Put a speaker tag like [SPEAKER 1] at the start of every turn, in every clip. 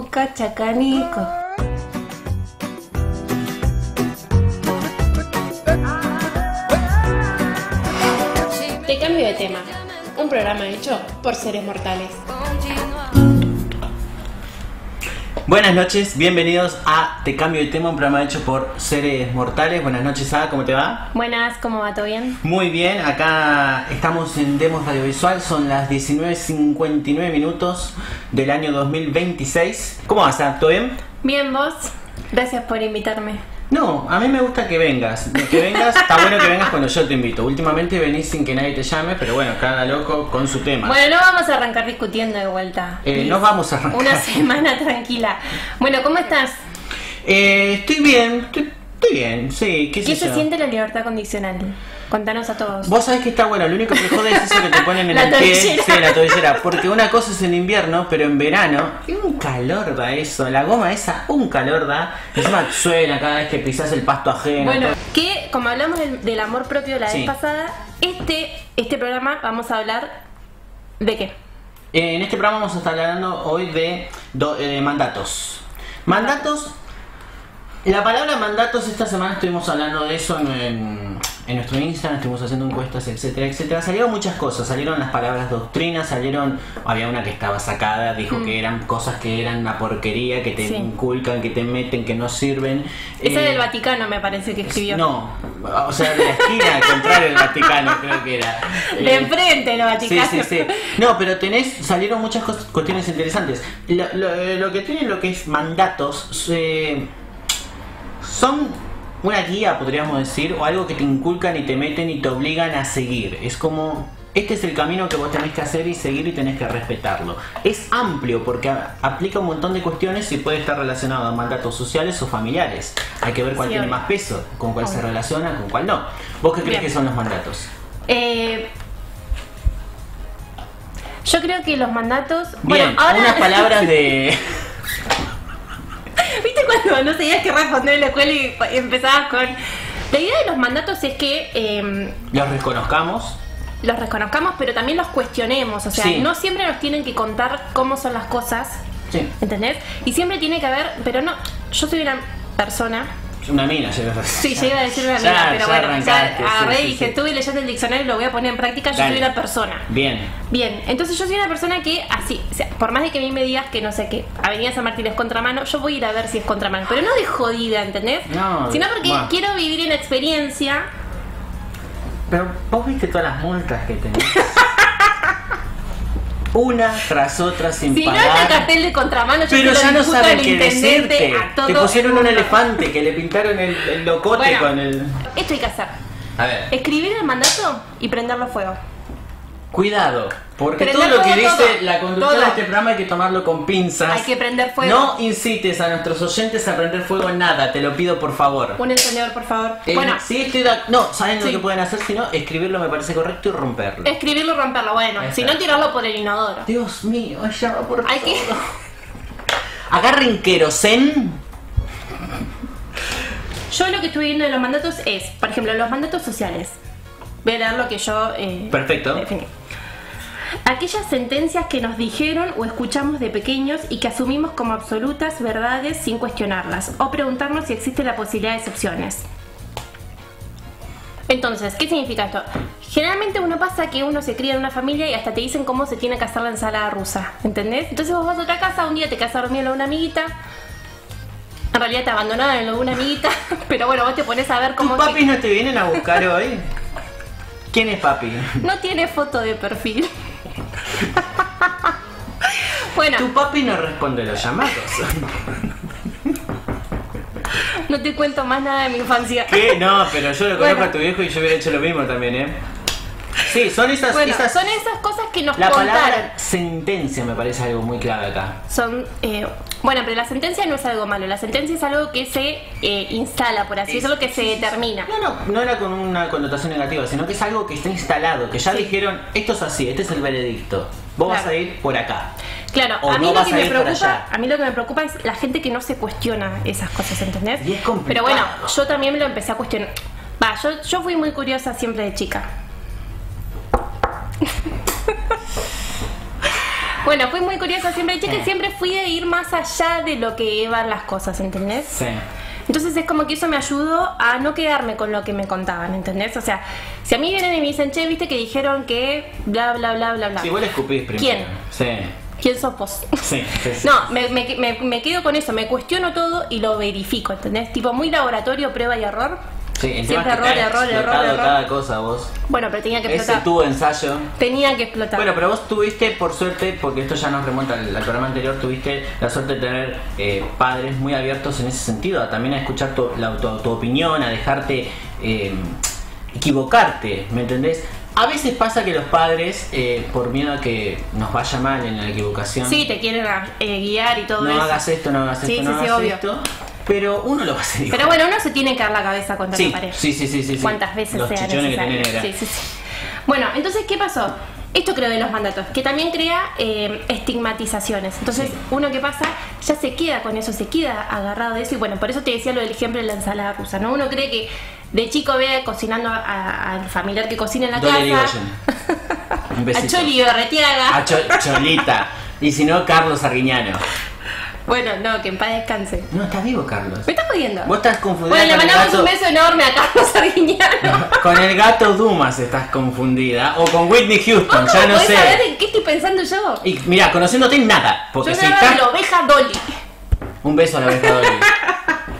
[SPEAKER 1] Uka chacanico.
[SPEAKER 2] Te cambio de tema. Un programa hecho por seres mortales.
[SPEAKER 3] Buenas noches, bienvenidos a Te Cambio de Tema, un programa hecho por Seres Mortales. Buenas noches, Ada, ¿cómo te va?
[SPEAKER 1] Buenas, ¿cómo va? ¿Todo bien?
[SPEAKER 3] Muy bien, acá estamos en Demos Radiovisual, son las 19.59 minutos del año 2026. ¿Cómo vas, Ada? ¿Todo bien?
[SPEAKER 1] Bien, vos. Gracias por invitarme.
[SPEAKER 3] No, a mí me gusta que vengas. Que vengas, está bueno que vengas cuando yo te invito. Últimamente venís sin que nadie te llame, pero bueno, cada loco con su tema.
[SPEAKER 1] Bueno, no vamos a arrancar discutiendo de vuelta.
[SPEAKER 3] Eh, no vamos a arrancar.
[SPEAKER 1] Una semana tranquila. Bueno, ¿cómo estás?
[SPEAKER 3] Eh, estoy bien, estoy, estoy bien, sí, qué sé
[SPEAKER 1] ¿Qué se
[SPEAKER 3] yo.
[SPEAKER 1] siente la libertad condicional? Contanos a todos.
[SPEAKER 3] Vos sabés que está bueno, lo único que jode es eso que te ponen en
[SPEAKER 1] La
[SPEAKER 3] el pie,
[SPEAKER 1] tobillera.
[SPEAKER 3] sí, la tobillera, porque una cosa es en invierno, pero en verano, un calor da eso, la goma esa, un calor da, encima suena cada vez que pisas el pasto ajeno.
[SPEAKER 1] Bueno,
[SPEAKER 3] todo.
[SPEAKER 1] que como hablamos del, del amor propio la
[SPEAKER 3] Sí.
[SPEAKER 1] vez pasada, este, este programa vamos a hablar de qué?
[SPEAKER 3] Eh, en este programa vamos a estar hablando hoy de, do- eh, de mandatos. Mandatos, la palabra mandatos esta semana estuvimos hablando de eso en, en- en nuestro Instagram, estuvimos haciendo encuestas, etcétera, etcétera. Salieron muchas cosas, salieron las palabras doctrina, salieron, había una que estaba sacada, dijo que eran cosas que eran una porquería, que te
[SPEAKER 1] Mm. Sí.
[SPEAKER 3] inculcan, que te meten, que no sirven.
[SPEAKER 1] Esa
[SPEAKER 3] Eh,
[SPEAKER 1] del Vaticano me parece que escribió.
[SPEAKER 3] No, o sea, de la esquina, al contrario del Vaticano, creo que era.
[SPEAKER 1] De
[SPEAKER 3] Eh,
[SPEAKER 1] enfrente del
[SPEAKER 3] Sí,
[SPEAKER 1] Vaticano.
[SPEAKER 3] sí, sí. No, pero tenés, salieron muchas cos- cuestiones interesantes. Lo, lo- eh, lo que tiene lo que es mandatos eh, son una guía, podríamos decir, o algo que te inculcan y te meten y te obligan a seguir. Es como, este es el camino que vos tenés que hacer y seguir y tenés que respetarlo. Es amplio porque a- aplica un montón de cuestiones y puede estar relacionado a mandatos sociales o familiares. Hay que ver cuál
[SPEAKER 1] Sí,
[SPEAKER 3] tiene
[SPEAKER 1] obvio.
[SPEAKER 3] más peso, con cuál se relaciona, con cuál no. ¿Vos qué crees
[SPEAKER 1] Bien.
[SPEAKER 3] que son los mandatos?
[SPEAKER 1] Eh, yo creo que los mandatos. bueno,
[SPEAKER 3] Bien,
[SPEAKER 1] ahora.
[SPEAKER 3] unas palabras de...
[SPEAKER 1] ¿Viste cuando no sabías qué responder en la escuela y pa- empezabas con. La idea de los mandatos es que eh,
[SPEAKER 3] los reconozcamos.
[SPEAKER 1] los reconozcamos, pero también los cuestionemos. O sea,
[SPEAKER 3] Sí.
[SPEAKER 1] no siempre nos tienen que contar cómo son las cosas,
[SPEAKER 3] Sí.
[SPEAKER 1] ¿entendés? Y siempre tiene que haber. Pero no. Yo soy una persona.
[SPEAKER 3] Una mina, llegas a
[SPEAKER 1] Sí, yo iba a decir una amiga,
[SPEAKER 3] Ya,
[SPEAKER 1] pero
[SPEAKER 3] ya
[SPEAKER 1] bueno, ya
[SPEAKER 3] arrancaste, sí,
[SPEAKER 1] agarré
[SPEAKER 3] sí,
[SPEAKER 1] y dije,
[SPEAKER 3] sí.
[SPEAKER 1] estuve leyendo el diccionario y lo voy a poner en práctica. Yo
[SPEAKER 3] Dale.
[SPEAKER 1] soy una persona.
[SPEAKER 3] Bien.
[SPEAKER 1] Bien, entonces yo soy una persona que así, o sea, por más de que a mí me digas que no sé qué, Avenida San Martín es contramano, yo voy a ir a ver si es contramano, pero no de jodida, ¿entendés?
[SPEAKER 3] No,
[SPEAKER 1] Sino porque
[SPEAKER 3] bueno.
[SPEAKER 1] quiero vivir en experiencia.
[SPEAKER 3] Pero vos viste todas las multas que tenés. una tras otra sin
[SPEAKER 1] Si no
[SPEAKER 3] pagar.
[SPEAKER 1] está el cartel de contramano, yo se lo
[SPEAKER 3] pero ya no
[SPEAKER 1] discuto
[SPEAKER 3] saben
[SPEAKER 1] al
[SPEAKER 3] qué
[SPEAKER 1] intendente,
[SPEAKER 3] decirte.
[SPEAKER 1] a todo
[SPEAKER 3] Te pusieron un
[SPEAKER 1] mundo.
[SPEAKER 3] elefante que le pintaron el, el locote
[SPEAKER 1] Bueno. Eh,
[SPEAKER 3] con el.
[SPEAKER 1] Esto hay que hacer.
[SPEAKER 3] A ver,
[SPEAKER 1] Escribir el mandato y prenderlo fuego.
[SPEAKER 3] cuidado. Porque
[SPEAKER 1] Pero
[SPEAKER 3] todo
[SPEAKER 1] no
[SPEAKER 3] lo que
[SPEAKER 1] todo,
[SPEAKER 3] dice
[SPEAKER 1] todo,
[SPEAKER 3] la conductora
[SPEAKER 1] todo.
[SPEAKER 3] de este programa hay que tomarlo con pinzas.
[SPEAKER 1] Hay que prender fuego.
[SPEAKER 3] No incites a nuestros oyentes a prender fuego en nada, te lo pido por favor.
[SPEAKER 1] Un encendedor, por favor.
[SPEAKER 3] Eh,
[SPEAKER 1] bueno,
[SPEAKER 3] sí, estoy de ac- No, saben lo
[SPEAKER 1] Sí. Eh.
[SPEAKER 3] que pueden hacer, sino escribirlo me parece correcto y romperlo.
[SPEAKER 1] escribirlo, romperlo, bueno.
[SPEAKER 3] Ahí
[SPEAKER 1] Si
[SPEAKER 3] está.
[SPEAKER 1] no, tirarlo por el inodoro.
[SPEAKER 3] Dios mío, ella va por
[SPEAKER 1] Hay que-
[SPEAKER 3] todo. Agarren querosén.
[SPEAKER 1] Yo lo que estuve viendo de los mandatos es, por ejemplo, los mandatos sociales. Voy a leer lo que yo eh,
[SPEAKER 3] Perfecto.
[SPEAKER 1] definí. Aquellas sentencias que nos dijeron o escuchamos de pequeños y que asumimos como absolutas verdades sin cuestionarlas o preguntarnos si existe la posibilidad de excepciones. Entonces, ¿qué significa esto? Generalmente uno pasa que uno se cría en una familia y hasta te dicen cómo se tiene que hacer la ensalada rusa, ¿entendés? Entonces vos vas a otra casa, un día te quedas a dormir en lo de una amiguita, en realidad te abandonaron en lo de una amiguita, pero bueno, vos te pones a ver
[SPEAKER 3] ¿Tus
[SPEAKER 1] cómo...
[SPEAKER 3] papis no te vienen a buscar hoy? ¿Quién es papi?
[SPEAKER 1] No tiene foto de perfil. bueno,
[SPEAKER 3] Tu papi no responde los llamados.
[SPEAKER 1] no te cuento más nada de mi infancia.
[SPEAKER 3] ¿Qué? No, pero yo lo conozco
[SPEAKER 1] Bueno.
[SPEAKER 3] a tu viejo y yo hubiera hecho lo mismo también, ¿eh? Sí, son esas.
[SPEAKER 1] Bueno,
[SPEAKER 3] esas-
[SPEAKER 1] son esas cosas que nos
[SPEAKER 3] La
[SPEAKER 1] contaron.
[SPEAKER 3] palabra sentencia me parece algo muy clave acá.
[SPEAKER 1] Son, eh, bueno, pero la sentencia no es algo malo. La sentencia es algo que se eh, instala, por así decirlo, que se determina.
[SPEAKER 3] No, no, no era con una connotación negativa, sino que es algo que está instalado, que ya
[SPEAKER 1] Sí.
[SPEAKER 3] dijeron, esto es así, este es el veredicto. Vos vas
[SPEAKER 1] Claro.
[SPEAKER 3] a ir por acá.
[SPEAKER 1] Claro,
[SPEAKER 3] O
[SPEAKER 1] a mí
[SPEAKER 3] no
[SPEAKER 1] lo
[SPEAKER 3] vas
[SPEAKER 1] que
[SPEAKER 3] a
[SPEAKER 1] me
[SPEAKER 3] ir para
[SPEAKER 1] preocupa,
[SPEAKER 3] allá.
[SPEAKER 1] a mí lo que me preocupa es la gente que no se cuestiona esas cosas, ¿entendés?
[SPEAKER 3] Y es complicado.
[SPEAKER 1] Pero bueno, yo también me lo empecé a cuestionar. Va, yo, yo fui muy curiosa siempre de chica. Bueno, fui muy curiosa siempre. Yo que
[SPEAKER 3] Sí.
[SPEAKER 1] siempre fui de ir más allá de lo que van las cosas, ¿entendés?
[SPEAKER 3] Sí.
[SPEAKER 1] Entonces es como que eso me ayudó a no quedarme con lo que me contaban, ¿entendés? O sea, si a mí vienen y me dicen, che, viste que dijeron que bla, bla, bla, bla, bla.
[SPEAKER 3] Sí, igual escupís primero.
[SPEAKER 1] ¿Quién?
[SPEAKER 3] Sí.
[SPEAKER 1] ¿Quién sos vos?
[SPEAKER 3] Sí, sí, sí.
[SPEAKER 1] No, me, me- me- me quedo con eso, me cuestiono todo y lo verifico, ¿entendés? Tipo muy laboratorio, prueba y error.
[SPEAKER 3] Sí, el tema
[SPEAKER 1] Siempre
[SPEAKER 3] es que te
[SPEAKER 1] error,
[SPEAKER 3] han
[SPEAKER 1] error, error,
[SPEAKER 3] explotado
[SPEAKER 1] error.
[SPEAKER 3] cada cosa vos.
[SPEAKER 1] Bueno, pero tenía que
[SPEAKER 3] Ese
[SPEAKER 1] explotar.
[SPEAKER 3] tuvo ensayo.
[SPEAKER 1] Tenía que explotar.
[SPEAKER 3] Bueno, pero vos tuviste, por suerte, porque esto ya nos remonta al, al programa anterior, tuviste la suerte de tener eh, padres muy abiertos en ese sentido, a también a escuchar tu, la- tu- tu opinión, a dejarte eh, equivocarte, ¿me entendés? A veces pasa que los padres, eh, por miedo a que nos vaya mal en la equivocación,
[SPEAKER 1] Sí, te quieren eh, guiar y todo
[SPEAKER 3] no
[SPEAKER 1] eso.
[SPEAKER 3] hagas esto, no hagas
[SPEAKER 1] Sí,
[SPEAKER 3] esto, no
[SPEAKER 1] sí, sí,
[SPEAKER 3] hagas
[SPEAKER 1] obvio.
[SPEAKER 3] esto, pero uno lo va a hacer igual.
[SPEAKER 1] Pero bueno, uno se tiene que dar la cabeza contra
[SPEAKER 3] sí,
[SPEAKER 1] la pared.
[SPEAKER 3] sí, sí, sí, sí, sí.
[SPEAKER 1] Cuántas veces
[SPEAKER 3] los
[SPEAKER 1] sea
[SPEAKER 3] chichones que
[SPEAKER 1] necesario.
[SPEAKER 3] tenés era.
[SPEAKER 1] Sí, sí, sí. Bueno, entonces, ¿qué pasó? Esto creo de los mandatos, que también crea eh, estigmatizaciones. Entonces,
[SPEAKER 3] Sí.
[SPEAKER 1] uno que pasa ya se queda con eso, se queda agarrado de eso. Y bueno, por eso te decía lo del ejemplo de la ensalada rusa, ¿no? Uno cree que de chico ve cocinando a- a- al familiar que cocina en la
[SPEAKER 3] Dolly
[SPEAKER 1] casa.
[SPEAKER 3] Irigoyen. Un
[SPEAKER 1] A
[SPEAKER 3] besito.
[SPEAKER 1] Choli Berretiaga.
[SPEAKER 3] A Ah, Cho- Cholita. Y si no, Carlos Arguiñano.
[SPEAKER 1] Bueno, no, que en paz descanse.
[SPEAKER 3] No, estás vivo, Carlos.
[SPEAKER 1] ¿Me estás jodiendo?
[SPEAKER 3] Vos estás confundida
[SPEAKER 1] Bueno, le
[SPEAKER 3] con, el
[SPEAKER 1] mandamos
[SPEAKER 3] gato,
[SPEAKER 1] un beso enorme a Carlos Arguiñano.
[SPEAKER 3] con el gato Dumas, estás confundida. O con Whitney
[SPEAKER 1] ¿Vos
[SPEAKER 3] Houston,
[SPEAKER 1] cómo
[SPEAKER 3] ya no
[SPEAKER 1] podés
[SPEAKER 3] sé.
[SPEAKER 1] saber en qué estoy pensando yo?
[SPEAKER 3] Y mira, conociéndote nada.
[SPEAKER 1] Yo
[SPEAKER 3] Porque si
[SPEAKER 1] me hablaba de la
[SPEAKER 3] estás.
[SPEAKER 1] oveja Dolly.
[SPEAKER 3] Un beso a la oveja Dolly.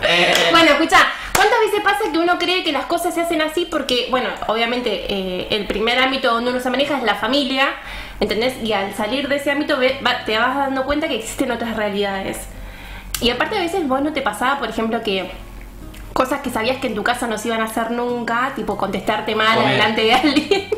[SPEAKER 3] Eh,
[SPEAKER 1] Bueno, escucha, ¿cuántas veces pasa que uno cree que las cosas se hacen así? Porque, bueno, obviamente eh, el primer ámbito donde uno se maneja es la familia, ¿entendés? Y al salir de ese ámbito ve- va- te vas dando cuenta que existen otras realidades. Y aparte a veces vos no te pasaba, por ejemplo, que cosas que sabías que en tu casa no se iban a hacer nunca, tipo contestarte mal
[SPEAKER 3] Comer.
[SPEAKER 1] delante de alguien.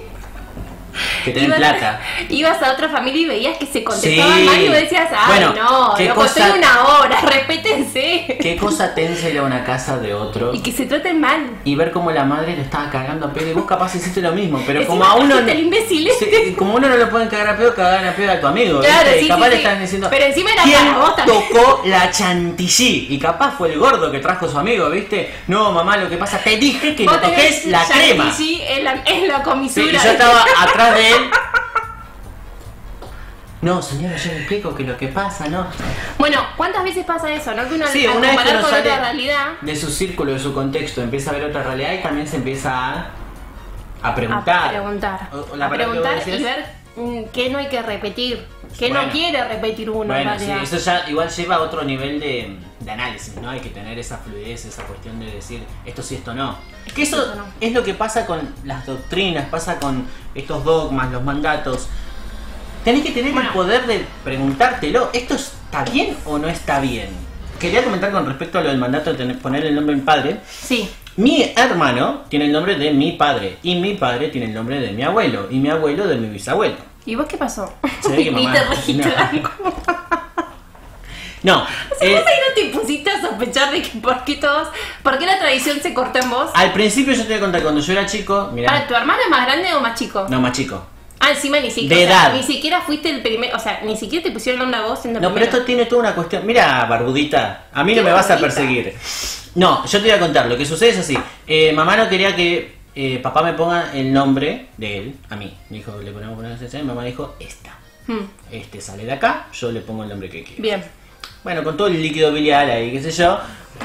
[SPEAKER 3] que tenés
[SPEAKER 1] Ibas-
[SPEAKER 3] plata.
[SPEAKER 1] Ibas a otra familia y veías que se contestaban
[SPEAKER 3] Sí.
[SPEAKER 1] mal y vos decías, ay,
[SPEAKER 3] Bueno,
[SPEAKER 1] no,
[SPEAKER 3] qué
[SPEAKER 1] lo
[SPEAKER 3] cosa-
[SPEAKER 1] estoy una hora, respétense.
[SPEAKER 3] Qué cosa tensa ir a una casa de otro.
[SPEAKER 1] Y que se traten mal.
[SPEAKER 3] Y ver cómo la madre lo estaba cagando a pedo. Y vos capaz hiciste lo mismo, pero
[SPEAKER 1] Encima
[SPEAKER 3] como a uno.
[SPEAKER 1] hiciste el imbécil este.
[SPEAKER 3] Sí, como uno no lo pueden cagar a pedo, cagar a pedo a tu amigo.
[SPEAKER 1] Claro,
[SPEAKER 3] ¿viste?
[SPEAKER 1] sí,
[SPEAKER 3] Y capaz
[SPEAKER 1] sí,
[SPEAKER 3] le
[SPEAKER 1] sí.
[SPEAKER 3] están diciendo.
[SPEAKER 1] Pero encima era
[SPEAKER 3] "¿Quién
[SPEAKER 1] para vos también?"
[SPEAKER 3] tocó la chantilly. Y capaz fue el gordo que trajo a su amigo, ¿viste? No, mamá, lo que pasa, te dije que no
[SPEAKER 1] Vos tenés
[SPEAKER 3] toques la
[SPEAKER 1] chantilly
[SPEAKER 3] crema.
[SPEAKER 1] en la, en la
[SPEAKER 3] Sí,
[SPEAKER 1] comisura. este.
[SPEAKER 3] y yo estaba atrás de él. No, señora, yo le explico que lo que pasa, ¿no?
[SPEAKER 1] Bueno, ¿cuántas veces pasa eso? ¿No? Que uno
[SPEAKER 3] Sí,
[SPEAKER 1] al
[SPEAKER 3] una vez que
[SPEAKER 1] comparar
[SPEAKER 3] uno
[SPEAKER 1] con
[SPEAKER 3] sale
[SPEAKER 1] otra realidad.
[SPEAKER 3] de su círculo, de su contexto, empieza a ver otra realidad y también se empieza a, a preguntar.
[SPEAKER 1] A preguntar.
[SPEAKER 3] O- o la
[SPEAKER 1] a
[SPEAKER 3] palabra que vos
[SPEAKER 1] preguntar
[SPEAKER 3] decías.
[SPEAKER 1] y ver mm, qué no hay que repetir. Qué
[SPEAKER 3] Bueno.
[SPEAKER 1] no quiere repetir uno en
[SPEAKER 3] Bueno, sí,
[SPEAKER 1] realidad.
[SPEAKER 3] eso ya igual lleva a otro nivel de, de análisis, ¿no? Hay que tener esa fluidez, esa cuestión de decir esto sí, esto no. Que eso
[SPEAKER 1] Esto no.
[SPEAKER 3] es lo que pasa con las doctrinas, pasa con estos dogmas, los mandatos. Tenés que tener el poder de preguntártelo, ¿esto está bien o no está bien? Quería comentar con respecto a lo del mandato de tener- poner el nombre en padre.
[SPEAKER 1] Sí.
[SPEAKER 3] Mi hermano tiene el nombre de mi padre y mi padre tiene el nombre de mi abuelo y mi abuelo de mi bisabuelo.
[SPEAKER 1] ¿Y vos qué pasó?
[SPEAKER 3] Se ve que
[SPEAKER 1] Ni
[SPEAKER 3] mamá-
[SPEAKER 1] te reíste,
[SPEAKER 3] no.
[SPEAKER 1] ¿Cómo
[SPEAKER 3] No, eh,
[SPEAKER 1] ahí no te pusiste a sospechar de que por qué todos, por qué la tradición se corta en vos?
[SPEAKER 3] Al principio yo te voy a contar cuando yo era chico,
[SPEAKER 1] ¿Para
[SPEAKER 3] Ah, mirá,
[SPEAKER 1] tu hermano es más grande o más chico?
[SPEAKER 3] no más chico.
[SPEAKER 1] Ah, encima ni siquiera.
[SPEAKER 3] De
[SPEAKER 1] o sea,
[SPEAKER 3] edad.
[SPEAKER 1] Ni siquiera fuiste el primero. O sea, ni siquiera te pusieron nombre a vos siendo
[SPEAKER 3] No, pero
[SPEAKER 1] primero.
[SPEAKER 3] esto tiene toda una cuestión. Mira, barbudita, a mí no
[SPEAKER 1] ¿Qué
[SPEAKER 3] me vas a
[SPEAKER 1] barbudita?
[SPEAKER 3] perseguir. No, yo te voy a contar, lo que sucede es así. Eh, mamá no quería que eh, papá me ponga el nombre de él, a mí. Dijo, le ponemos una y mamá dijo, esta.
[SPEAKER 1] Hmm,
[SPEAKER 3] Este sale de acá, yo le pongo el nombre que quiero.
[SPEAKER 1] bien.
[SPEAKER 3] Bueno, con todo el líquido biliar ahí, qué sé yo,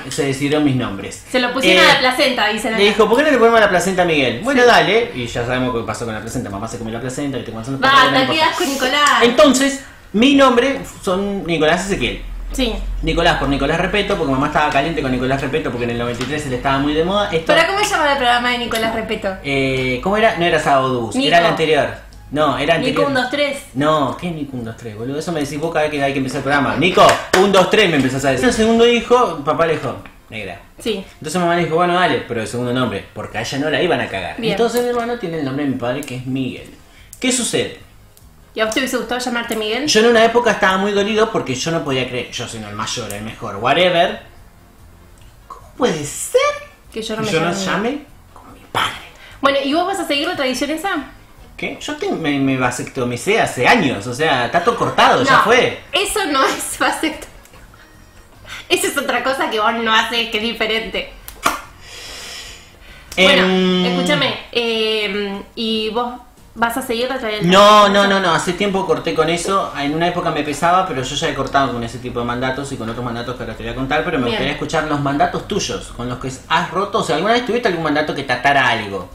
[SPEAKER 3] se decidieron mis nombres.
[SPEAKER 1] Se lo pusieron
[SPEAKER 3] Eh,
[SPEAKER 1] a la placenta, dicen acá.
[SPEAKER 3] Le dijo, ¿por qué no le ponemos la placenta a Miguel? Bueno, dale. Y ya sabemos qué pasó con la placenta. Mamá se comió la placenta, que te pasó
[SPEAKER 1] Basta, qué asco, Nicolás.
[SPEAKER 3] Em- Entonces, mi nombre son Nicolás Ezequiel.
[SPEAKER 1] Sí.
[SPEAKER 3] Nicolás por Nicolás Repeto, porque mamá estaba caliente con Nicolás Repeto, porque en el 93 él estaba muy de moda. Esto,
[SPEAKER 1] ¿Pero cómo se llama el programa de Nicolás Repeto?
[SPEAKER 3] eh, ¿Cómo era? No era Sábado Bus,
[SPEAKER 1] Nico.
[SPEAKER 3] era el anterior. No, era
[SPEAKER 1] Nico
[SPEAKER 3] anterior.
[SPEAKER 1] 1, 2, 3.
[SPEAKER 3] No, ¿qué es Nico 1, 2, 3, boludo? Eso me decís vos cada vez que hay que empezar el programa. Nico, 1, 2, 3 me empezás a decir. El segundo hijo, papá le dijo, negra.
[SPEAKER 1] Sí.
[SPEAKER 3] Entonces mamá le dijo, bueno, dale, pero el segundo nombre, porque a ella no la iban a cagar.
[SPEAKER 1] Bien.
[SPEAKER 3] Entonces mi hermano tiene el nombre de mi padre, que es Miguel. ¿Qué sucede?
[SPEAKER 1] ¿Y a vos te hubiese gustado llamarte Miguel?
[SPEAKER 3] Yo en una época estaba muy dolido porque yo no podía creer, yo soy el mayor, el mejor, whatever. ¿Cómo puede ser
[SPEAKER 1] que yo no
[SPEAKER 3] que
[SPEAKER 1] me
[SPEAKER 3] yo
[SPEAKER 1] llamo
[SPEAKER 3] nos
[SPEAKER 1] Miguel.
[SPEAKER 3] llame como mi padre?
[SPEAKER 1] Bueno, ¿y vos vas a seguir la tradición esa?
[SPEAKER 3] ¿Qué? Yo te- me, me vasectomicé hace años, o sea, está todo cortado, ya fue.
[SPEAKER 1] Eso no es vasectomía. Eso es otra cosa que vos no haces, que es diferente. Bueno,
[SPEAKER 3] Em,
[SPEAKER 1] escúchame. eh, ¿Y vos vas a seguir retrayendo.
[SPEAKER 3] No, no, no, no, hace tiempo corté con eso, en una época me pesaba, pero yo ya he cortado con ese tipo de mandatos y con otros mandatos que ahora te voy a contar, pero me
[SPEAKER 1] Bien.
[SPEAKER 3] gustaría escuchar los mandatos tuyos, con los que has roto, o sea, alguna vez tuviste algún mandato que tratara algo.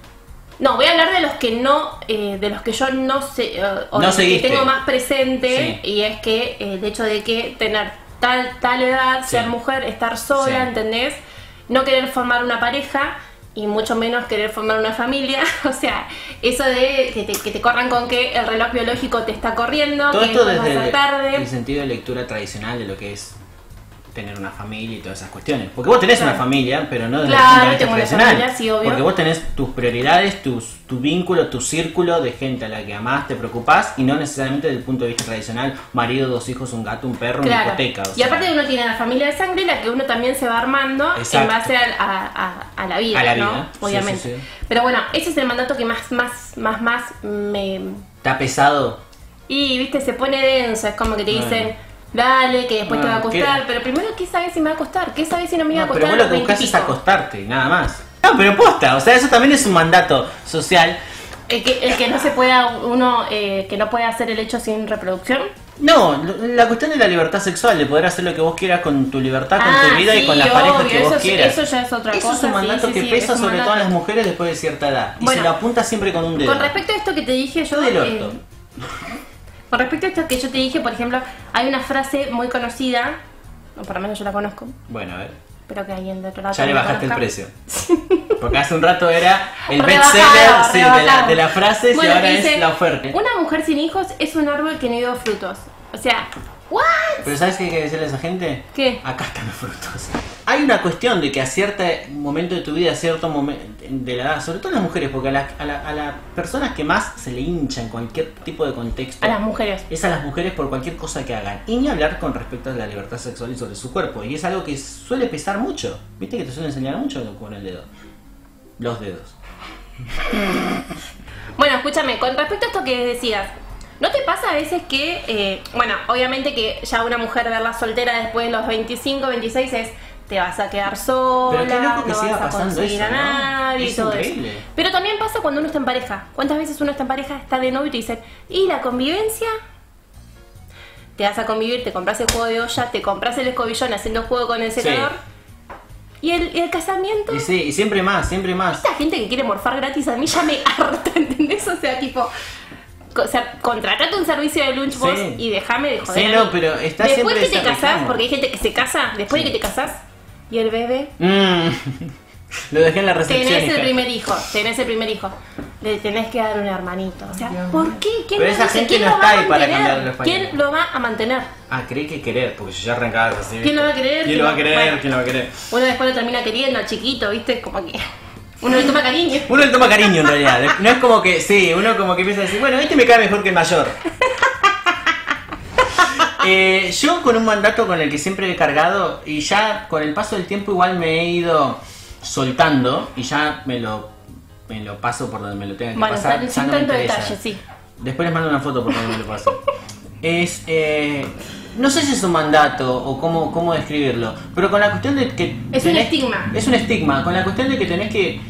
[SPEAKER 1] No, voy a hablar de los que no, eh, de los que yo no sé, eh, o
[SPEAKER 3] No
[SPEAKER 1] los que
[SPEAKER 3] seguiste.
[SPEAKER 1] tengo más presente,
[SPEAKER 3] Sí.
[SPEAKER 1] y es que eh, el hecho de que tener tal, tal edad,
[SPEAKER 3] Sí.
[SPEAKER 1] ser mujer, estar sola,
[SPEAKER 3] Sí.
[SPEAKER 1] ¿entendés? No querer formar una pareja y mucho menos querer formar una familia, o sea, eso de que te, que te corran con que el reloj biológico te está corriendo,
[SPEAKER 3] Todo
[SPEAKER 1] que
[SPEAKER 3] esto
[SPEAKER 1] después vas
[SPEAKER 3] desde
[SPEAKER 1] a
[SPEAKER 3] el,
[SPEAKER 1] tarde.
[SPEAKER 3] el sentido de lectura tradicional de lo que es tener una familia y todas esas cuestiones. Porque vos tenés una
[SPEAKER 1] Claro.
[SPEAKER 3] familia, pero no desde
[SPEAKER 1] Claro,
[SPEAKER 3] el punto de vista
[SPEAKER 1] tengo una
[SPEAKER 3] tradicional.
[SPEAKER 1] familia, sí, obvio.
[SPEAKER 3] Porque vos tenés tus prioridades, tus, tu vínculo, tu círculo de gente a la que amás, te preocupás y no necesariamente desde el punto de vista tradicional, marido, dos hijos, un gato, un perro,
[SPEAKER 1] Claro.
[SPEAKER 3] una hipoteca. o
[SPEAKER 1] y
[SPEAKER 3] sea,
[SPEAKER 1] aparte uno tiene la familia de sangre, la que uno también se va armando en
[SPEAKER 3] Exacto.
[SPEAKER 1] base al- a, a- a la vida,
[SPEAKER 3] A la
[SPEAKER 1] ¿no?
[SPEAKER 3] vida, sí,
[SPEAKER 1] Obviamente.
[SPEAKER 3] sí, sí.
[SPEAKER 1] Pero bueno, ese es el mandato que más, más, más, más me...
[SPEAKER 3] está pesado.
[SPEAKER 1] Y, viste, se pone denso, es como que te dicen,
[SPEAKER 3] Bueno.
[SPEAKER 1] dale, que después te va a
[SPEAKER 3] Bueno, Ah, ¿qué?
[SPEAKER 1] costar, pero primero, ¿qué sabes si me va a costar? ¿Qué sabes si no me iba a
[SPEAKER 3] No,
[SPEAKER 1] costar?
[SPEAKER 3] pero vos
[SPEAKER 1] a
[SPEAKER 3] lo
[SPEAKER 1] los
[SPEAKER 3] que
[SPEAKER 1] 20 y
[SPEAKER 3] buscas es
[SPEAKER 1] pico?
[SPEAKER 3] acostarte, nada más. No, pero posta, o sea, eso también es un mandato social.
[SPEAKER 1] El que, el que no se pueda, uno, eh, que no puede hacer el hecho sin reproducción.
[SPEAKER 3] No, lo- la cuestión de la libertad sexual, de poder hacer lo que vos quieras con tu libertad, con
[SPEAKER 1] Ah,
[SPEAKER 3] tu vida y
[SPEAKER 1] sí,
[SPEAKER 3] con las parejas
[SPEAKER 1] obvio,
[SPEAKER 3] que vos
[SPEAKER 1] eso, sí-
[SPEAKER 3] quieras.
[SPEAKER 1] Eso ya es otra
[SPEAKER 3] Eso
[SPEAKER 1] cosa.
[SPEAKER 3] es un
[SPEAKER 1] sí,
[SPEAKER 3] mandato
[SPEAKER 1] sí,
[SPEAKER 3] que
[SPEAKER 1] sí, es
[SPEAKER 3] pesa
[SPEAKER 1] un
[SPEAKER 3] sobre todo
[SPEAKER 1] mandato.
[SPEAKER 3] en las mujeres después de cierta edad. Y
[SPEAKER 1] Bueno.
[SPEAKER 3] se lo apunta siempre con un dedo.
[SPEAKER 1] Con respecto a esto que te dije yo.
[SPEAKER 3] del
[SPEAKER 1] eh,
[SPEAKER 3] orto.
[SPEAKER 1] con respecto a esto que yo te dije, por ejemplo, hay una frase muy conocida, o por lo menos yo la conozco,
[SPEAKER 3] Bueno, a ver.
[SPEAKER 1] pero que alguien de otro lado.
[SPEAKER 3] Ya le
[SPEAKER 1] no la
[SPEAKER 3] bajaste el
[SPEAKER 1] conozca.
[SPEAKER 3] precio. Porque hace un rato era el
[SPEAKER 1] Rebajado,
[SPEAKER 3] bestseller sí, de, la,
[SPEAKER 1] rebajado.
[SPEAKER 3] de las frases
[SPEAKER 1] Bueno,
[SPEAKER 3] y ahora
[SPEAKER 1] dice,
[SPEAKER 3] es la oferta.
[SPEAKER 1] Una mujer sin hijos es un árbol que no dio frutos. O sea, ¿what?
[SPEAKER 3] Pero ¿sabes qué hay que decirle a esa gente?
[SPEAKER 1] ¿Qué?
[SPEAKER 3] Acá están los frutos. Hay una cuestión de que a cierto momento de tu vida, a cierto momento de la edad, sobre todo las mujeres, porque a las a la- a las personas que más se le hinchan cualquier tipo de contexto
[SPEAKER 1] A las mujeres.
[SPEAKER 3] es a las mujeres por cualquier cosa que hagan. Y ni hablar con respecto a la libertad sexual y sobre su cuerpo. Y es algo que suele pesar mucho. Viste que te suelen enseñar mucho con el dedo. Los dedos.
[SPEAKER 1] Bueno, escúchame, con respecto a esto que decías, ¿no te pasa a veces que, eh, bueno, obviamente que ya una mujer verla soltera después de los 25, 26 es te vas a quedar sola,
[SPEAKER 3] Pero qué loco que
[SPEAKER 1] no
[SPEAKER 3] siga
[SPEAKER 1] vas a
[SPEAKER 3] pasando
[SPEAKER 1] conseguir
[SPEAKER 3] eso,
[SPEAKER 1] a
[SPEAKER 3] ¿no?
[SPEAKER 1] nadie y
[SPEAKER 3] Es
[SPEAKER 1] todo
[SPEAKER 3] increíble.
[SPEAKER 1] eso. Pero también pasa cuando uno está en pareja. ¿Cuántas veces uno está en pareja, está de novio y te dicen, ¿y la convivencia? Te vas a convivir, te compras el juego de olla, te compras el escobillón haciendo juego con el
[SPEAKER 3] Sí.
[SPEAKER 1] secador. ¿Y el, y el casamiento?
[SPEAKER 3] Y sí, y siempre más, siempre más.
[SPEAKER 1] Esta gente que quiere morfar gratis a mí ya me harta, ¿entendés? O sea, tipo, co- o sea, contratate un servicio de lunch box
[SPEAKER 3] Sí.
[SPEAKER 1] y déjame de joder.
[SPEAKER 3] Sí,
[SPEAKER 1] a mí.
[SPEAKER 3] no, pero está
[SPEAKER 1] Después
[SPEAKER 3] siempre
[SPEAKER 1] que te
[SPEAKER 3] esa
[SPEAKER 1] casás,
[SPEAKER 3] reclamo.
[SPEAKER 1] porque hay gente que se casa, después de que te casás, y el bebé,
[SPEAKER 3] Mm. Lo dejé en la recepción.
[SPEAKER 1] tenés el
[SPEAKER 3] hija.
[SPEAKER 1] primer hijo, tenés el primer hijo. Le tenés que dar un hermanito. O sea, ¿por qué? ¿Quién,
[SPEAKER 3] Pero
[SPEAKER 1] lo
[SPEAKER 3] esa
[SPEAKER 1] dice?
[SPEAKER 3] gente
[SPEAKER 1] ¿Quién
[SPEAKER 3] no
[SPEAKER 1] lo va
[SPEAKER 3] está
[SPEAKER 1] a
[SPEAKER 3] ahí para
[SPEAKER 1] mantener?
[SPEAKER 3] cambiarle los pañales.
[SPEAKER 1] ¿Quién lo va a mantener?
[SPEAKER 3] Ah, creí que querer, porque yo ya arrancaba así.
[SPEAKER 1] ¿Quién lo va a querer?
[SPEAKER 3] ¿Quién lo va a querer?
[SPEAKER 1] Bueno.
[SPEAKER 3] ¿Quién lo va a querer?
[SPEAKER 1] Uno después lo termina queriendo, al chiquito, ¿viste? Como que uno le toma cariño.
[SPEAKER 3] Uno le toma cariño en realidad. No es como que, sí, uno como que empieza a decir, bueno, este me cae mejor que el mayor. Eh, yo con un mandato con el que siempre he cargado y ya con el paso del tiempo igual me he ido soltando y ya me lo, me lo paso por donde me lo tenga que
[SPEAKER 1] Bueno,
[SPEAKER 3] pasar.
[SPEAKER 1] sin
[SPEAKER 3] ya no me
[SPEAKER 1] tanto
[SPEAKER 3] interesa.
[SPEAKER 1] detalle, sí.
[SPEAKER 3] Después les mando una foto por donde me lo paso. Es, eh, no sé si es un mandato o cómo, cómo describirlo, pero con la cuestión de que...
[SPEAKER 1] Es un estigma.
[SPEAKER 3] Es un estigma, con la cuestión de que tenés que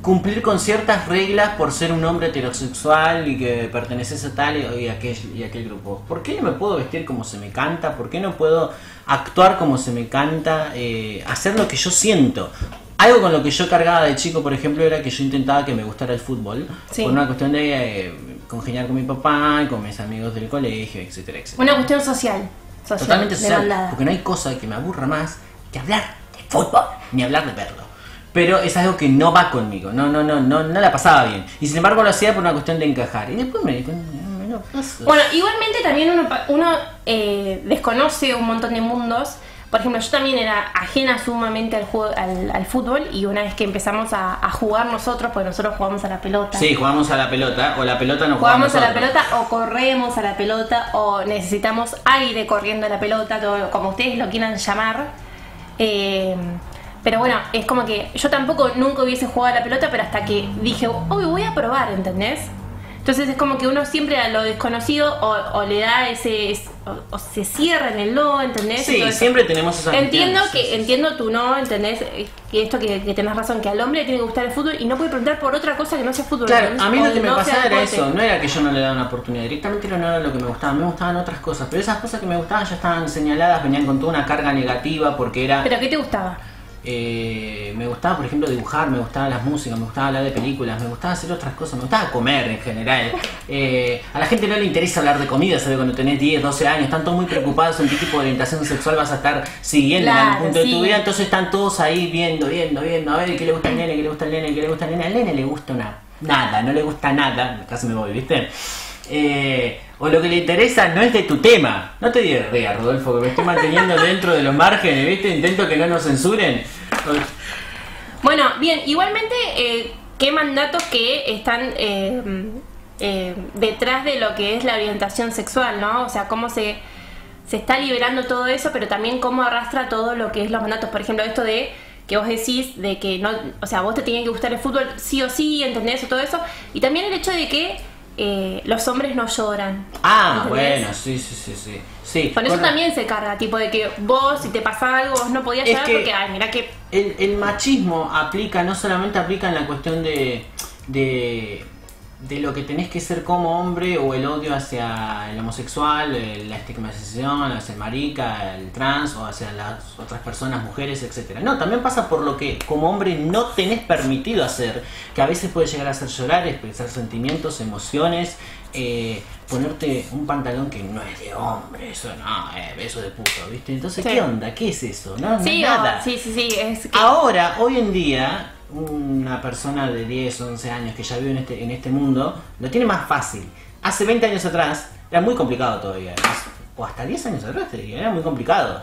[SPEAKER 3] cumplir con ciertas reglas por ser un hombre heterosexual y que perteneces a tal y- y aquel, y aquel grupo. ¿Por qué no me puedo vestir como se me canta? ¿Por qué no puedo actuar como se me canta? Eh, hacer lo que yo siento. Algo con lo que yo cargaba de chico, por ejemplo, era que yo intentaba que me gustara el fútbol.
[SPEAKER 1] Sí.
[SPEAKER 3] Por una cuestión de eh, congeniar con mi papá, con mis amigos del colegio, etcétera, etcétera.
[SPEAKER 1] Una cuestión social. social
[SPEAKER 3] Totalmente social,
[SPEAKER 1] demandada.
[SPEAKER 3] porque no hay cosa que me aburra más que hablar de fútbol, ni hablar de verlo. Pero es algo que no va conmigo, no, no, no, no, no la pasaba bien. Y sin embargo lo hacía por una cuestión de encajar. Y después me di cuenta, "No, no, no, eso".
[SPEAKER 1] Bueno, igualmente también uno, pa- uno eh, desconoce un montón de mundos. Por ejemplo, yo también era ajena sumamente al, juego, al, al fútbol y una vez que empezamos a, a jugar nosotros, porque nosotros jugamos a la pelota.
[SPEAKER 3] Sí, jugamos a la pelota, o la pelota no
[SPEAKER 1] Jugamos
[SPEAKER 3] jugamos
[SPEAKER 1] a la
[SPEAKER 3] nosotros.
[SPEAKER 1] pelota o corremos a la pelota o necesitamos aire corriendo a la pelota, todo, como ustedes lo quieran llamar. Eh, pero bueno, es como que yo tampoco nunca hubiese jugado a la pelota, pero hasta que dije, hoy voy a probar, ¿entendés? Entonces es como que uno siempre a lo desconocido o, o le da ese, es- o, o se cierra en el no, ¿entendés?
[SPEAKER 3] Sí,
[SPEAKER 1] Entonces,
[SPEAKER 3] siempre tenemos esas
[SPEAKER 1] Entiendo
[SPEAKER 3] vertientes.
[SPEAKER 1] que entiendo tú no, ¿entendés? Eh, Que esto que, que tenés razón, que al hombre le tiene que gustar el fútbol y no puede preguntar por otra cosa que no sea fútbol.
[SPEAKER 3] Claro,
[SPEAKER 1] ¿entendés?
[SPEAKER 3] a mí
[SPEAKER 1] O
[SPEAKER 3] lo que me
[SPEAKER 1] no sea
[SPEAKER 3] pasaba era
[SPEAKER 1] deporte.
[SPEAKER 3] eso, no era que yo no le daba una oportunidad, directamente no era lo que me gustaba, me gustaban otras cosas, pero esas cosas que me gustaban ya estaban señaladas, venían con toda una carga negativa porque era...
[SPEAKER 1] ¿Pero qué te gustaba?
[SPEAKER 3] eh, me gustaba, por ejemplo, dibujar, me gustaba las músicas, me gustaba hablar de películas, me gustaba hacer otras cosas, me gustaba comer en general. Eh, a la gente no le interesa hablar de comida, sabe cuando tenés 10, 12 años, están todos muy preocupados en qué tipo de orientación sexual vas a estar siguiendo en
[SPEAKER 1] Claro,
[SPEAKER 3] algún punto de
[SPEAKER 1] sí.
[SPEAKER 3] tu vida, entonces están todos ahí viendo, viendo, viendo, a ver qué le gusta al nene, qué le gusta al nene, qué le gusta al nene. Al nene le gusta una, nada, no le gusta nada, casi me voy, ¿viste? Eh, o lo que le interesa no es de tu tema. No te digas, Rodolfo, que me estoy manteniendo dentro de los márgenes, ¿viste? Intento que no nos censuren.
[SPEAKER 1] Bueno, bien, igualmente, eh, ¿qué mandatos que están eh, mm, eh, detrás de lo que es la orientación sexual, no? O sea, cómo se, se está liberando todo eso, pero también cómo arrastra todo lo que es los mandatos. Por ejemplo, esto de que vos decís de que no, o sea, vos te tiene que gustar el fútbol sí o sí, ¿entendés? O todo eso. Y también el hecho de que eh, los hombres no lloran.
[SPEAKER 3] Ah,
[SPEAKER 1] ¿entendés?
[SPEAKER 3] bueno, sí, sí, sí, sí. sí
[SPEAKER 1] Con eso
[SPEAKER 3] bueno,
[SPEAKER 1] también se carga, tipo de que vos, si te pasa algo, vos no podías
[SPEAKER 3] Es
[SPEAKER 1] llorar
[SPEAKER 3] que-
[SPEAKER 1] porque, ay, mira que
[SPEAKER 3] El, el machismo aplica, no solamente aplica en la cuestión de, de, de lo que tenés que ser como hombre o el odio hacia el homosexual, eh, la estigmatización hacia el marica, el trans o hacia las otras personas, mujeres, etcétera. No, también pasa por lo que como hombre no tenés permitido hacer, que a veces puede llegar a hacer llorar, expresar sentimientos, emociones, eh, ponerte un pantalón que no es de hombre, eso no, eh, eso de puto, ¿viste? Entonces,
[SPEAKER 1] Sí.
[SPEAKER 3] ¿qué onda? ¿Qué es eso? No, no
[SPEAKER 1] Sí,
[SPEAKER 3] es nada. Ah,
[SPEAKER 1] o- sí, sí, sí. Es que,
[SPEAKER 3] Ahora, hoy en día, una persona de 10, 11 años que ya vive en este, en este mundo, lo tiene más fácil. Hace 20 años atrás era muy complicado todavía. O hasta 10 años atrás te diría, era muy complicado.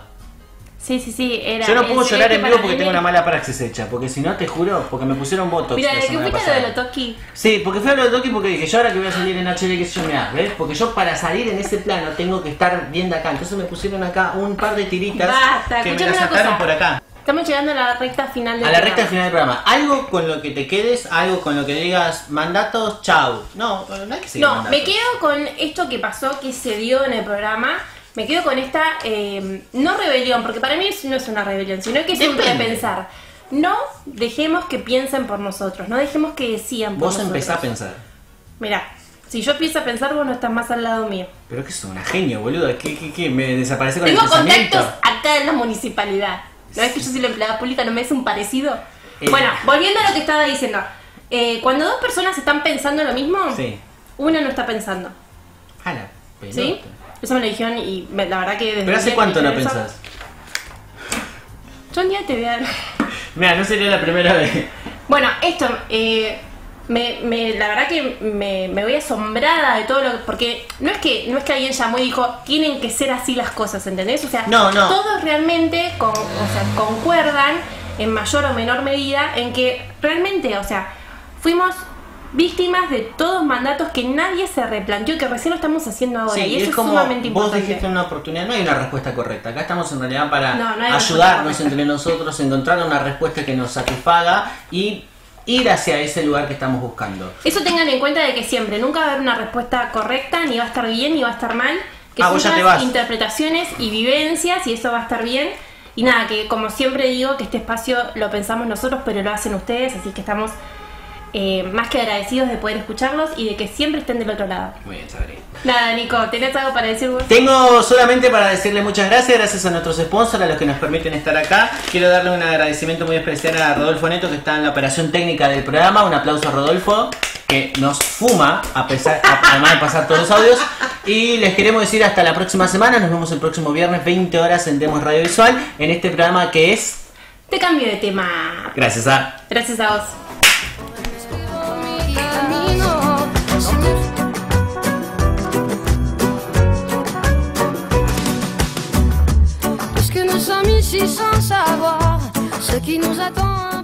[SPEAKER 1] sí, sí, sí. Era,
[SPEAKER 3] Yo no
[SPEAKER 1] el
[SPEAKER 3] puedo llorar
[SPEAKER 1] cerebro
[SPEAKER 3] en vivo
[SPEAKER 1] para
[SPEAKER 3] porque
[SPEAKER 1] mí-
[SPEAKER 3] tengo una mala praxis hecha, porque si no te juro, porque me pusieron botox.
[SPEAKER 1] Mira,
[SPEAKER 3] la
[SPEAKER 1] lo que
[SPEAKER 3] semana
[SPEAKER 1] fuiste lo de
[SPEAKER 3] pasada.
[SPEAKER 1] los Toki.
[SPEAKER 3] Sí, porque fui a lo de Toki porque dije, yo ahora que voy a salir en HD, que sé yo, mirá, ¿ves? Porque yo para salir en ese plano tengo que estar viendo acá. Entonces me pusieron acá un par de tiritas
[SPEAKER 1] Basta,
[SPEAKER 3] que me
[SPEAKER 1] escuchame
[SPEAKER 3] las
[SPEAKER 1] una
[SPEAKER 3] sacaron
[SPEAKER 1] cosa.
[SPEAKER 3] por acá.
[SPEAKER 1] Estamos llegando a la recta final del
[SPEAKER 3] A la
[SPEAKER 1] programa.
[SPEAKER 3] recta final del programa, algo con lo que te quedes, algo con lo que digas, mandatos, chau. No, no hay que seguir.
[SPEAKER 1] No,
[SPEAKER 3] mandatos.
[SPEAKER 1] me quedo con esto que pasó, que se dio en el programa. Me quedo con esta, eh, no rebelión, porque para mí es- no es una rebelión, sino que es un
[SPEAKER 3] Depende.
[SPEAKER 1] repensar. No dejemos que piensen por nosotros, no dejemos que decían por
[SPEAKER 3] Vos
[SPEAKER 1] nosotros.
[SPEAKER 3] empezá a pensar.
[SPEAKER 1] Mirá, si yo empiezo a pensar, vos no estás más al lado mío.
[SPEAKER 3] Pero que es una genio, boludo. ¿Qué, qué, qué? ¿Me desaparece con el
[SPEAKER 1] Tengo
[SPEAKER 3] pensamiento?
[SPEAKER 1] contactos acá en la municipalidad. ¿No es que yo soy la empleada pública? ¿No me es un parecido?
[SPEAKER 3] Eh.
[SPEAKER 1] Bueno, volviendo a lo que estaba diciendo. Eh, cuando dos personas están pensando lo mismo,
[SPEAKER 3] Sí.
[SPEAKER 1] una no está pensando.
[SPEAKER 3] A la pelota.
[SPEAKER 1] ¿Sí? Eso me lo dijeron y me- la verdad que desde
[SPEAKER 3] ¿Pero
[SPEAKER 1] el día
[SPEAKER 3] hace
[SPEAKER 1] que
[SPEAKER 3] cuánto
[SPEAKER 1] me
[SPEAKER 3] no
[SPEAKER 1] dijeron eso,
[SPEAKER 3] pensás?
[SPEAKER 1] Yo un día te voy a...
[SPEAKER 3] Mira, no sería la primera vez.
[SPEAKER 1] Bueno, esto, eh, me, me- la verdad que me, me voy asombrada de todo lo que... Porque no es que no es que alguien llamó y dijo, tienen que ser así las cosas, ¿entendés? O sea,
[SPEAKER 3] No, no.
[SPEAKER 1] todos realmente con- o sea, concuerdan en mayor o menor medida en que realmente, o sea, fuimos víctimas de todos mandatos que nadie se replanteó, que recién lo estamos haciendo ahora.
[SPEAKER 3] Sí,
[SPEAKER 1] y eso es,
[SPEAKER 3] como
[SPEAKER 1] sumamente
[SPEAKER 3] vos
[SPEAKER 1] importante.
[SPEAKER 3] dijiste en una oportunidad, no hay una respuesta correcta. Acá estamos en realidad para
[SPEAKER 1] No, no hay
[SPEAKER 3] ayudarnos
[SPEAKER 1] respuesta
[SPEAKER 3] entre nosotros, encontrar una respuesta que nos satisfaga y ir hacia ese lugar que estamos buscando.
[SPEAKER 1] Eso tengan en cuenta de que siempre nunca va a haber una respuesta correcta, ni va a estar bien, ni va a estar mal. Que
[SPEAKER 3] Ah,
[SPEAKER 1] son
[SPEAKER 3] vos ya te
[SPEAKER 1] todas
[SPEAKER 3] vas.
[SPEAKER 1] interpretaciones y vivencias, y eso va a estar bien. Y nada, que como siempre digo, que este espacio lo pensamos nosotros, pero lo hacen ustedes, así que estamos eh, más que agradecidos de poder escucharlos y de que siempre estén del otro lado.
[SPEAKER 3] Muy bien, Sabrina.
[SPEAKER 1] Nada, Nico, ¿tenés algo para decir vos?
[SPEAKER 3] Tengo solamente para decirle muchas gracias, gracias a nuestros sponsors, a los que nos permiten estar acá. Quiero darle un agradecimiento muy especial a Rodolfo Neto, que está en la operación técnica del programa. Un aplauso a Rodolfo, que nos fuma, a pesar, a- además de pasar todos los audios. Y les queremos decir hasta la próxima semana, nos vemos el próximo viernes, 20 horas en Demos Radio Visual, en este programa que es...
[SPEAKER 1] Te cambio de tema.
[SPEAKER 3] Gracias a...
[SPEAKER 1] Gracias a vos.
[SPEAKER 2] Camino. Parce que nous sommes ici sans savoir ce qui nous attend.